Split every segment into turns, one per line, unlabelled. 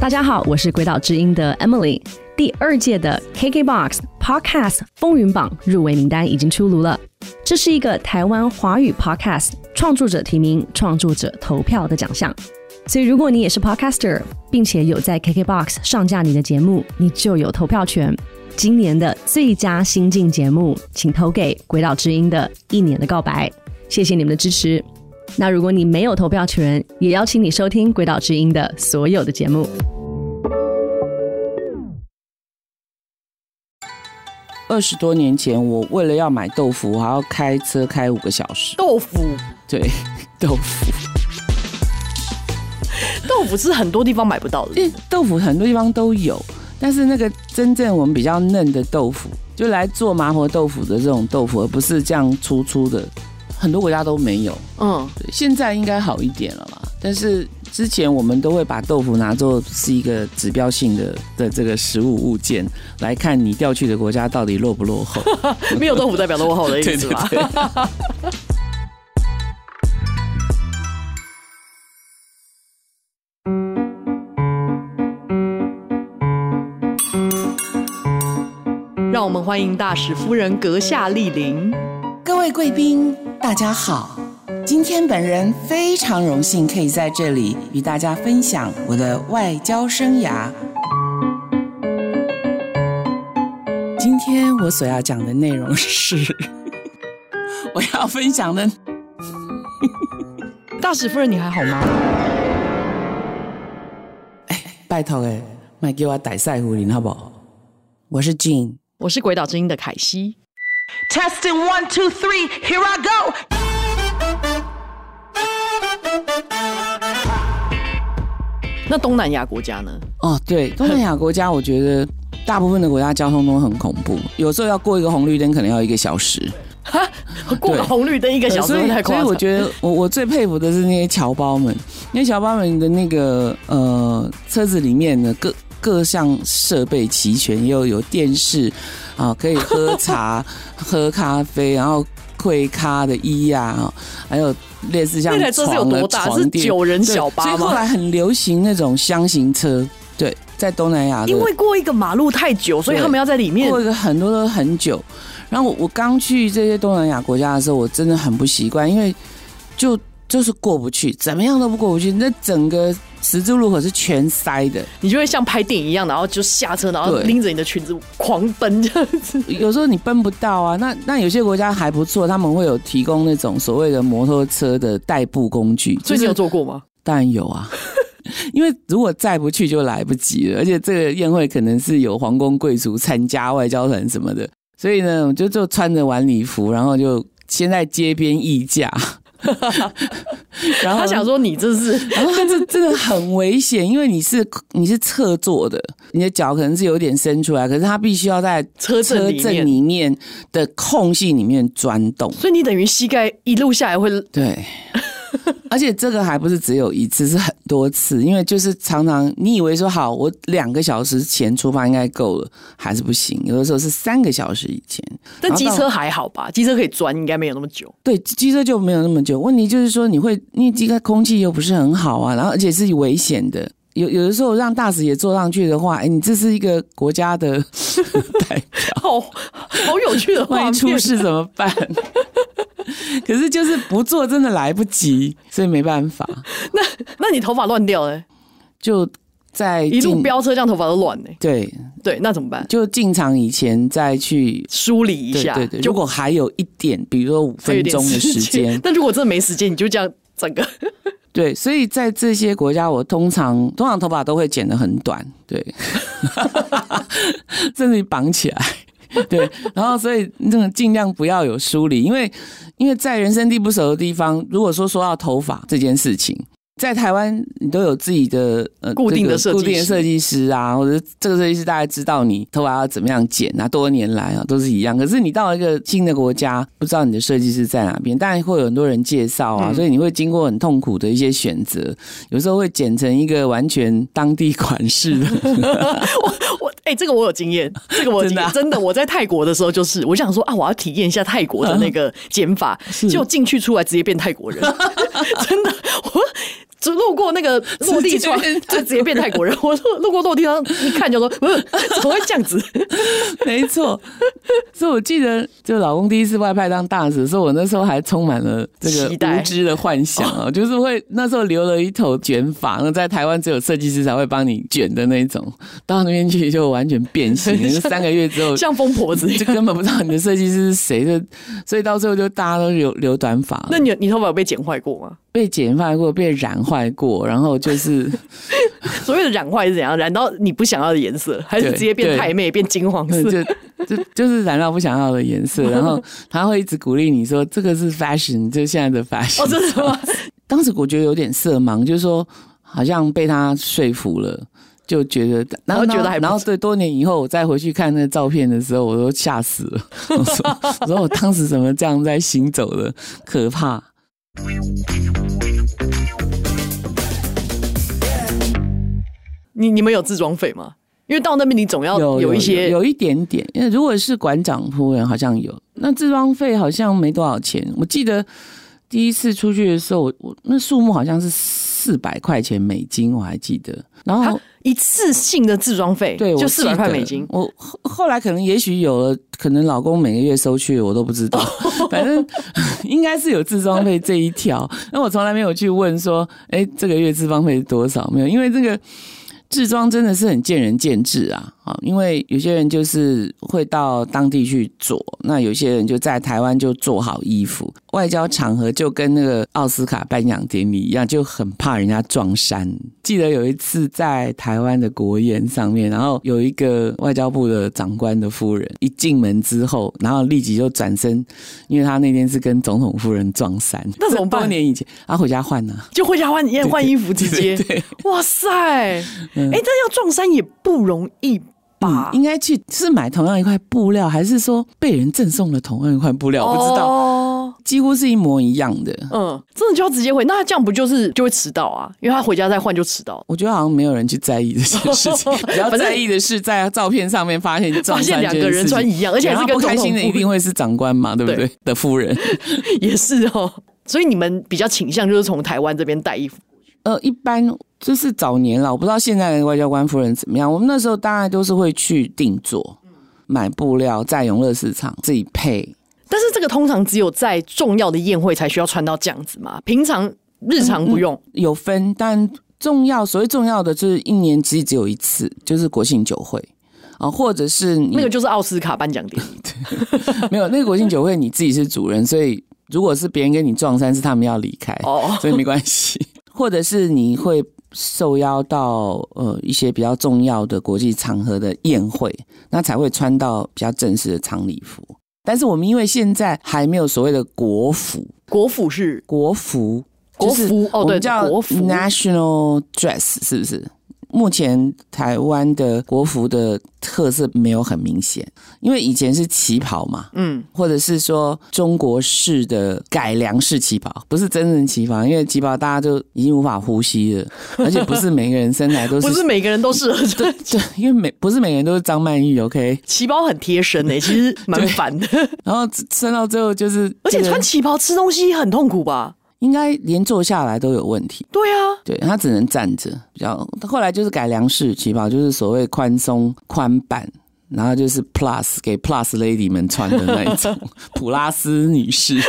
大家好，我是鬼岛之音的 Emily。第二届的 KKBOX Podcast 风云榜入围名单已经出炉了。这是一个台湾华语 Podcast 创作者提名、创作者投票的奖项。所以，如果你也是 Podcaster，并且有在 KKBOX 上架你的节目，你就有投票权。今年的最佳新晋节目，请投给《鬼岛之音》的《一年的告白》。谢谢你们的支持。那如果你没有投票权，也邀请你收听《鬼岛之音》的所有的节目。
二十多年前，我为了要买豆腐，我还要开车开五个小时。
豆腐，
对，豆腐，
豆腐是很多地方买不到的
因。为豆腐很多地方都有，但是那个真正我们比较嫩的豆腐，就来做麻婆豆腐的这种豆腐，而不是这样粗粗的，很多国家都没有。
嗯，
对，现在应该好一点了吧？但是之前我们都会把豆腐拿作是一个指标性的的这个食物物件来看你调去的国家到底落不落后。
没有豆腐代表落后的意思 吧？
对对
让我们欢迎大使夫人阁下莅临。
各位贵宾，大家好。今天本人非常荣幸可以在这里与大家分享我的外交生涯。今天我所要讲的内容是， 我要分享的
大使夫人，你还好吗？
拜托诶，卖给我逮赛胡林好不好？我是 Jean，
我是鬼岛之音的凯西。
Testing one, two, three. Here I go.
那东南亚国家呢？
哦，对，东南亚国家，我觉得大部分的国家交通都很恐怖，有时候要过一个红绿灯，可能要一个小时。
哈，过个
对
红绿灯一个哎小时
所
会
以
太夸
所以
张。
我觉得我我最佩服的是那些侨胞们，那些侨胞们的那个呃车子里面的各各项设备齐全，又有电视啊、可以 喝茶、喝咖啡，然后会咖的衣呀、啊，还有类似像
那台车是有
床的
多大
床
是
垫
九人
对
小巴
所以
吗
后来很流行那种箱型车，对，在东南亚的
因为过一个马路太久，所以他们要在里面
过一个很多都很久。然后我我刚去这些东南亚国家的时候，我真的很不习惯，因为就就是过不去，怎么样都不过不去。那整个十字路口是全塞的，
你就会像拍电影一样，然后就下车，然后
对
拎着你的裙子狂奔这样子。
有时候你奔不到啊。那那有些国家还不错，他们会有提供那种所谓的摩托车的代步工具，就
所以你
是
有做过吗？
当然有啊。 因为如果再不去就来不及了，而且这个宴会可能是有皇宫贵族参加、外交团什么的，所以呢，我就就穿着晚礼服，然后就先在街边议价， 然后
他想说你这是
然后这真的很危险，因为你是你是侧坐的，你的脚可能是有点伸出来，可是他必须要在
车
车
阵里
阵
面，
里面的空隙里面钻洞，
所以你等于膝盖一路下来会
对，而且这个还不是只有一次，是很多次，因为就是常常你以为说好，我两个小时前出发应该够了，还是不行，有的时候是三个小时以前。
但
然后
机
到
车还好吧？机车可以钻，应该没有那么 久。
对，机车就没有那么久。问题就是说，你会，因为机车空气又不是很好啊，然后而且是危险的。有有的时候让大使也坐上去的话，哎，你这是一个国家的 代
好好有趣的画
万一出
面，
事 怎么办？可是就是不做真的来不及，所以没办法，
那你头发乱掉嘞，
就在
一路
进
飙车这样头发都乱嘞。
对，
对，那怎么办？
就进场以前再去，
梳理一
对
下，
对对。
就
如果还有一点，比如说五
会有
分
点
钟的时间，
但如果真的没时间，你就这样整个
对，所以在这些国家，我通常通常头发都会剪得很短，对， 甚至于绑起来。对，然后所以那个尽量不要有梳理，因为因为在人生地不熟的地方，如果说说到头发这件事情，在台湾你都有自己的呃
固定
这
的
个
设计
固定的
师
设计师啊，或者是这个设计师大概知道你头发要怎么样剪啊，多年来啊都是一样。可是你到一个新的国家，不知道你的设计师在哪边，当然会有很多人介绍啊，
嗯
所以你会经过很痛苦的一些选择，有时候会剪成一个完全当地款式的。
我哎、这个我有经验，这个我有
真
经
的
验，
啊
真的，我在泰国的时候就是，我想说啊，我要体验一下泰国
嗯
的那个剪法，结果进去出来直接变泰国人，真的，我就路过那个落地窗，
直接
就直接变泰国人。我路路过落地窗一看就说，嗯，怎么会这样子？
没错，所以我记得，就老公第一次外派当大使的时候，我那时候还充满了这个
期待哦
无知的幻想啊，就是会那时候留了一头卷发，那在台湾只有设计师才会帮你卷的那种，到那边去就完全变形 了，就三个月之后
像疯婆子一
就
样。
根本不知道你的设计师是谁，就所以到最后就大家都留留短发了，
那你你头发有被剪坏过吗？
被剪坏过，被染坏过，然后就是。
所谓的染坏是怎样？染到你不想要的颜色，还是
对
直接变
对
太妹变金黄色？
对，就就就是染到不想要的颜色，然后他会一直鼓励你说这个是 fashion，就现在的 fashion。
哦，真的吗？
当时我觉得有点色盲，就是说好像被他说服了。就觉得，
然后觉得还不
然后对，多年以后我再回去看那个照片的时候，我都吓死了。 我说，我说我当时怎么这样在行走的，可怕。
你你们有自装费吗？因为到那边你总要一些
有一点点，因为如果是馆长夫人好像有，那自装费好像没多少钱。我记得第一次出去的时候，我我那数目好像是四百块钱美金，我还记得。然后
啊一次性的自装费，
对，我
就
记
四
得
百块美金。
我后后来可能也许有了，可能老公每个月收去我都不知 道，反正应该是有自装费这一条。那我从来没有去问说，哎、这个月自装费是多少？没有，因为这个。自装真的是很见仁见智啊，啊，因为有些人就是会到当地去做，那有些人就在台湾就做好衣服，外交场合就跟那个奥斯卡颁奖典礼一样，就很怕人家撞衫。记得有一次在台湾的国宴上面，然后有一个外交部的长官的夫人一进门之后，然后立即就转身，因为她那天是跟总统夫人撞衫，
那怎么办
这多年以前，她回家换啊，
就回家换也换衣服，直接，哇塞！哎、
嗯
但要撞衫也不容易吧？
应该去是买同样一块布料，还是说被人赠送了同样一块布料？我不知道，
哦
几乎是一模一样的。
嗯，真的就要直接回，那这样不就是就会迟到啊？因为他回家再换就 迟到。，
我觉得好像没有人去在意这件事 情比较在意的是在照片上面发现
发
撞
现
衫
两
这件
个人
事情
穿一样而且还是
然后
跟
不开
总统
心的
夫
一定会是长官嘛，对不
对
对？的夫人，
也是哦，所以你们比较倾向就是从台湾这边带衣服，
呃，一般就是早年了，我不知道现在的外交官夫人怎么样。我们那时候当然都是会去定做，买布料在永乐市场自己配。
但是这个通常只有在重要的宴会才需要穿到这样子嘛，平常日常不用。
有分，但重要所谓重要的就是一年其实只有一次，就是国庆酒会啊，或者是你
那个就是奥斯卡颁奖典礼，
没有那个国庆酒会你自己是主人，所以如果是别人跟你撞衫，是他们要离开
哦
所以没关 系。或者是你会受邀到呃一些比较重要的国际场合的宴会，那才会穿到比较正式的长礼服。但是我们因为现在还没有所谓的国服，
国服是
国服，
国
就是
服哦
我们
对
叫
国服
national dress 是不是？目前台湾的国服的特色没有很明显，因为以前是旗袍嘛，
嗯，
或者是说中国式的改良式旗袍，不是真正旗袍，因为旗袍大家就已经无法呼吸 了，而且不是每个人身材都是
不是每个人都适合穿。
对，因为每不是每个人都是张曼玉，OK，
旗袍很贴身 诶、其实蛮烦的，
然后穿到最后就是
而
这
且
个
穿旗袍吃东西很痛苦吧？
应该连坐下来都有问题。
对啊，
对，它只能站着，比较后来就是改良式旗袍，就是所谓宽松宽版，然后就是 plus 给 plus lady 们穿的那一种 普拉斯女士。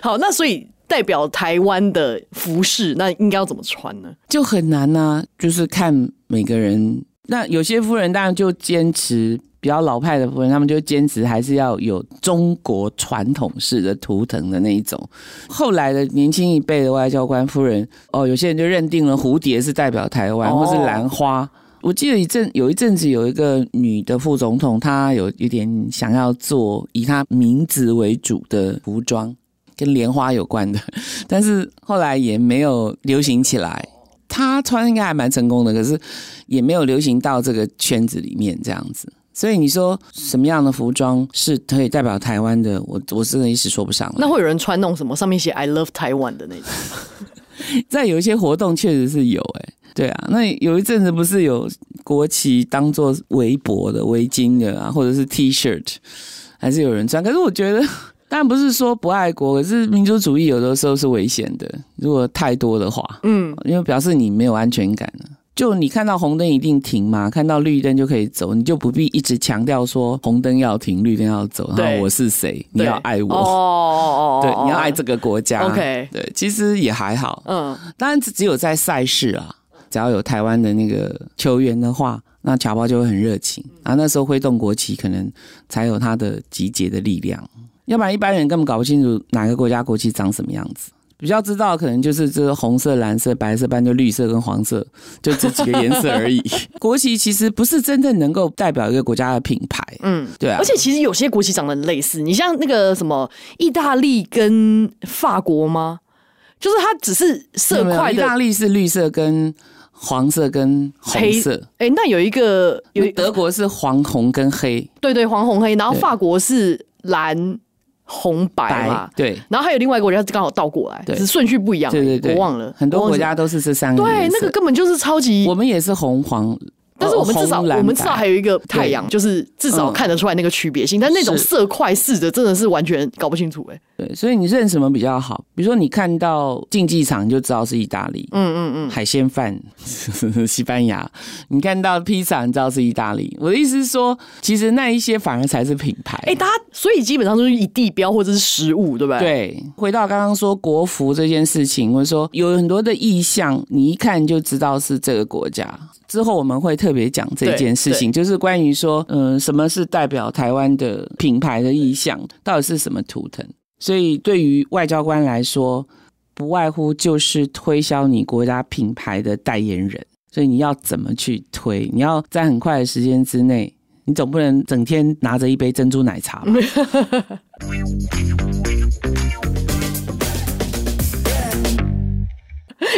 好，那所以代表台湾的服饰，那应该要怎么穿呢？
就很难呐、就是看每个人。那有些夫人当然就坚持比较老派的夫人，他们就坚持还是要有中国传统式的图腾的那一种。后来的年轻一辈的外交官夫人，哦，有些人就认定了蝴蝶是代表台湾，
哦
或是兰花。我记得一阵有一阵子有一个女的副总统，她有有点想要做以她名字为主的服装，跟莲花有关的， 但是后来也没有流行起来。她穿应该还蛮成功的，可是也没有流行到这个圈子里面这样子。所以你说什么样的服装是可以代表台湾的？我我真的一时说不上来。
那会有人穿那种什么上面写 “I love Taiwan” 的那种，
在有一些活动确实是有、欸，对啊，那有一阵子不是有国旗当做围脖的、围巾的啊，或者是 T 恤，还是有人穿。可是我觉得当然不是说不爱国，可是民族主义有的时候是危险的，如果太多的话，
嗯，
因为表示你没有安全感了。就你看到红灯一定停嘛，看到绿灯就可以走，你就不必一直强调说红灯要停，绿灯要走，然
对
后我是谁，你
对
要爱
哦
我，
哦哦，
对，你要爱这
个，
个国家。
OK
对，其实也还好，
嗯，
当然只有在赛事啊，只要有台湾的那个球员的话，那侨胞就会很热情，然后那时候挥动国旗，可能才有他的集结的力量，要不然一般人根本搞不清楚哪个国家国旗长什么样子。比较知道可能就是这个红色、蓝色、白色，斑就绿色跟黄色，就这几个颜色而 已。国旗其实不是真正能够代表一个国家的品牌，
嗯
嗯，对啊。
而且其实有些国旗长得很类似，你像那个什么意大利跟法国吗？就是它只是色
没有
块
意
的
大利是绿色跟黄色跟红
黑
色，
哎、那有一个有一
德国是黄红跟黑，
对对黄红黑，然后
对
法国是蓝红白嘛，
对
然后还有另外一个国家是刚好倒过来，
对
只是顺序不一样而已，
对对对，
我忘了
很多
我忘
国
了
家都是这三个
对
颜色
那个根本就是超级
我。们也是红黄，
但是我们至
呃
少、
红蓝
我们至少还有一个太阳，就是至
嗯
少看得出来那个区别性。但那种
是
色块式的真的是完全搞不清楚哎、
白对，所以你认什么比较好？比如说你看到竞技场就知道是意大利，
嗯嗯嗯，
海鲜饭西班牙，你看到披萨你知道是意大利。我的意思是说，其实那一些反而才是品牌。
哎、大家所以基本上都是以地标或者是食物，对不对？
对，回到刚刚说国服这件事情，或者说有很多的意象，你一看就知道是这个国家。之后我们会特别讲这件事情，就是关于说，嗯、什么是代表台湾的品牌的意象，到底是什么图腾？所以对于外交官来说，不外乎就是推销你国家品牌的代言人。所以你要怎么去推？你要在很快的时间之内，你总不能整天拿着一杯珍珠奶茶吧？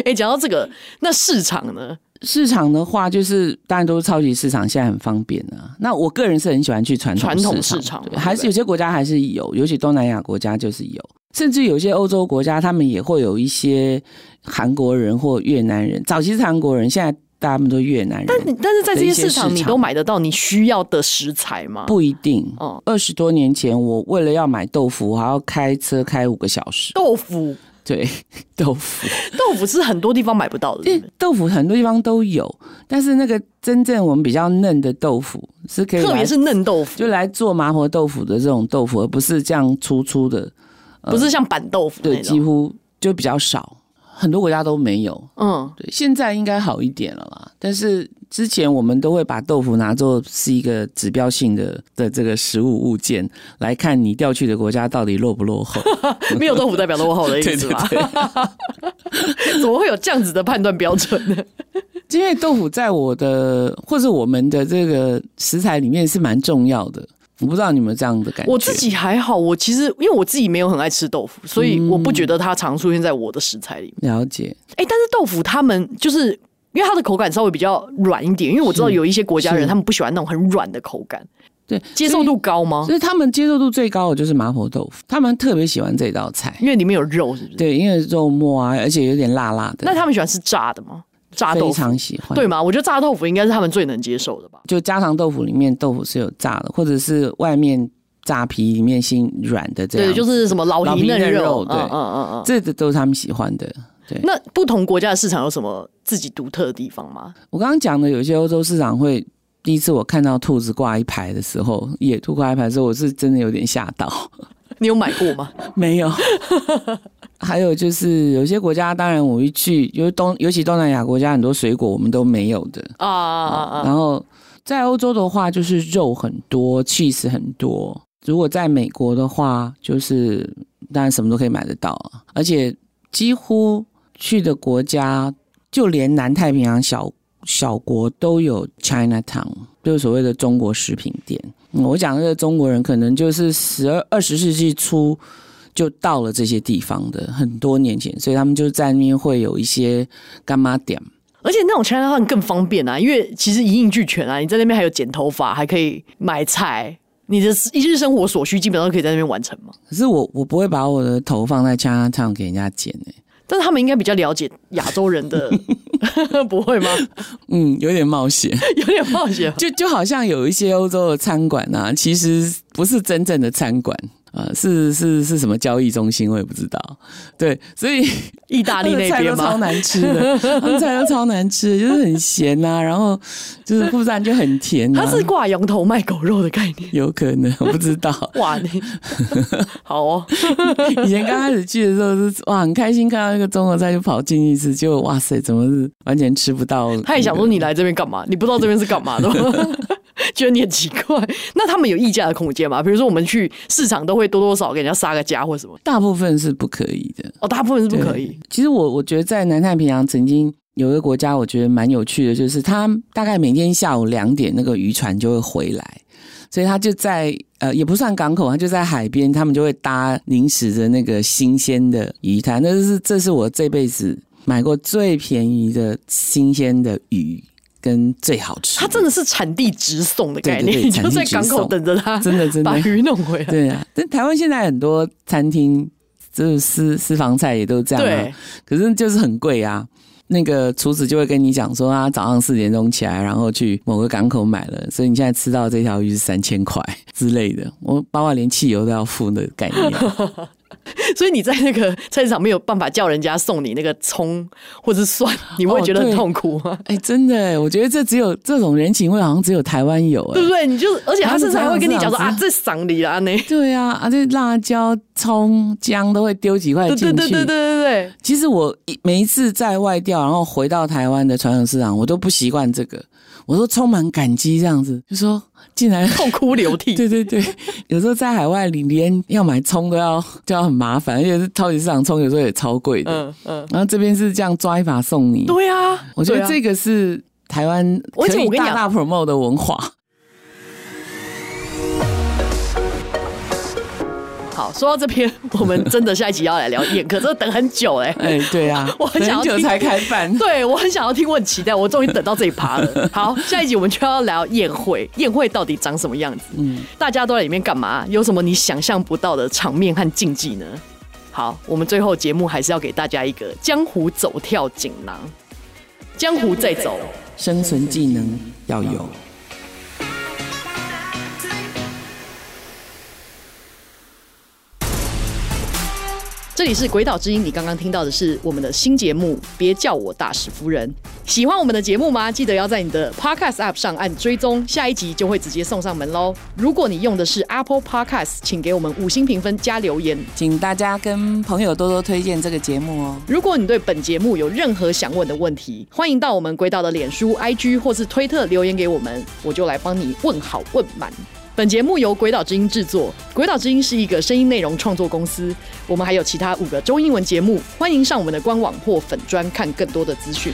哎、讲到这个，那市场呢？
市场的话，就是当然都是超级市场，现在很方便啊。那我个人是很喜欢去传统
传统市
市
场嘛
对
对不
还是
对
有些国家还是有，尤其东南亚国家就是有，甚至有些欧洲国家他们也会有一些韩国人或越南人，早期是韩国人，现在大部分都越南人，
但你但是在这
的一些
些市
市
场，你
场
都买得到你需要的食材吗？
不一定。
哦
二十多年前，我为了要买豆腐，我还要开车开五个小 时。
豆腐，
对，豆腐。
豆腐是很多地方买不到的。对
因
不
为豆腐很多地方都有，但是那个真正我们比较嫩的豆腐是可以
对特
来
别是嫩豆腐，
就嗯来做麻婆豆腐的这种豆腐，而不是这样粗粗的，
不是像板豆腐
对，
那
几
种。
乎就比较少，很多国家都没有。
嗯，
对，现在应该好一点了啦。但是之前我们都会把豆腐拿作是一个指标性的的这个食物物件来看你调去的国家到底落不落 后。
没有豆腐代表落后的意思吧？ 怎么会有这样子的判断标准呢？
因为豆腐在我的或者我们的这个食材里面是蛮重要的，我不知道你有没有这样的感觉。
我自己还好，我其实因为我自己没有很爱吃豆腐，所以我不觉得它常出现在我的食材里面。
了解，
哎、但是豆腐他们就是。因为它的口感稍微比较软一点，因为我知道有一些国家人
是
他们不喜欢那种很软的口感，
对，
接受度高吗？
所以他们接受度最高的就是麻婆豆腐，他们特别喜欢这道菜。
因为里面有肉，是不是？
对，因为肉末啊，而且有点辣辣的，
那他们喜欢吃炸的吗？炸
非
豆腐
常喜欢。
对，吗？我觉得炸豆腐应该是他们最能接受的吧。
就家常豆腐里面豆腐是有炸的，或者是外面炸皮里面心软的这样。
对，就是什么老
啊老
皮
皮
嫩
嫩
肉，
肉对
嗯嗯嗯嗯。
这个都是他们喜欢的。对
那不同国家的市场有什么自己独特的地方吗？
我刚刚讲的，有些欧洲市场会。第一次我看到兔子挂一排的时候，野兔挂一排的时候，我是真的有点吓到。
你有买过吗？
没有。还有就是有些国家，当然我一去，尤东尤其东南亚国家，很多水果我们都没有的。
啊啊啊！
然后在欧洲的话，就是肉很多，cheese 很多。如果在美国的话，就是当然什么都可以买得到啊，而且几乎去的国家，就连南太平洋小小国都有 China Town，就是所谓的中国食品店。嗯我讲的这个中国人，可能就是十二二十世纪初。就到了这些地方的很多年前，所以他们就在那边会有一些干妈点，
而且那种 China Town 更方便啊，因为其实一应俱全啊，你在那边还有剪头发，还可以买菜，你的一日生活所需基本上都可以在那边完成嘛。
可是我我不会把我的头放在 China Town 给人家剪欸诶、
但是他们应该比较了解亚洲人 的，不会吗？
嗯，有点冒 险，
有点冒险。
就就好像有一些欧洲的餐馆啊，其实不是真正的餐馆，呃，是是是什么交易中心，我也不知道。对，所 以
意大利
他的
那
菜
边
都超
吗？
难吃的，他们菜都超难吃的，就是很咸呐、然后就是不然就很甜、啊。
它是挂羊头卖狗肉的概念。
有可能，我不知道。
哇，你 好哦，
以前刚开始去的时候是哇，很开心看到那个中国菜就跑进去吃，结果哇塞，怎么是完全吃不到？
他也想说你来这边干嘛？你不知道这边是干嘛的吗？ 觉得你很奇怪。那他们有议价的空间吗？比如说我们去市场都会多多少少给人家杀个价或什么？
大部分是不可以的。
哦，大部分是不可以
对。其实我我觉得在南太平洋曾经有一个国家，我觉得蛮有趣的，就是它大概每天下午两点那个渔船就会回来，所以它就在呃也不算港口，它就在海边，他们就会搭临时的那个新鲜的鱼摊，那就是这是我这辈子买过最便宜的新鲜的鱼跟最好吃
它真的是产地直送的概念，
对对对
你就在
产地直
港口
送
等着它，
真的真的
把鱼弄回来。
对啊，但台湾现在很多餐厅就是私私房菜也都这样、啊
对，，
可是就是很贵啊。那个厨子就会跟你讲说啊，早上四点钟起来，然后去某个港口买了，所以你现在吃到这条鱼是三千块 之类的。我包括连汽油都要付的概 念，
所以你在那个菜市场没有办法叫人家送你那个葱或者蒜，你不会
哦
觉得很
对
痛苦吗？
哎、真的、哎，我觉得这只有这种人情味，好像只有台湾有、哎
对不对？你就而且
他
他
们
甚至还会跟你讲说
这样
啊，
子
这赏你啦呢。
对啊，啊，这辣椒、葱、姜都会丢几块
对
进去。
对对对对对对，
其实我一每一次在外调，然后回到台湾的传统市场，我都不习惯这个，我都充满感激这样子，就说进来。
痛哭流涕。
对对对，有时候在海外里连要买葱都要就要很麻烦，而且是超级市场葱有时候也超贵的。
嗯嗯，
然后这边是这样抓一把送你，
对啊，
我觉
对
得
啊
这个是台湾
而且
可以
我跟你
大
讲
大 promote 的文 化。
好。说到这边，我们真的下一集要来聊宴客，真的等很久哎、，
哎，对啊
我很想要
很久
听
才开饭。
对我很想要听，我很期待，我终于等到这一趴了。好，下一集我们就要聊宴会，宴会到底长什么样子？嗯，大家都在里面干嘛？啊有什么你想象不到的场面和禁忌呢？好，我们最后节目还是要给大家一个江湖走跳锦囊，江湖再走。
生存技能要有。
这里是《鬼岛之音》，你刚刚听到的是我们的新节目《别叫我大使夫人》。喜欢我们的节目吗？记得要在你的 Podcast App 上按追踪，下一集就会直接送上门喽。如果你用的是 Apple Podcast，请给我们五星评分加留言。
请大家跟朋友多多推荐这个节目哦。
如果你对本节目有任何想问的问题，欢迎到我们鬼岛的脸书、IG 或是推特留言给我们，我就来帮你问好问满。本节目由鬼岛之音制作，鬼岛之音是一个声音内容创作公司。我们还有其他五个中英文节目，欢迎上我们的官网或粉专看更多的资讯。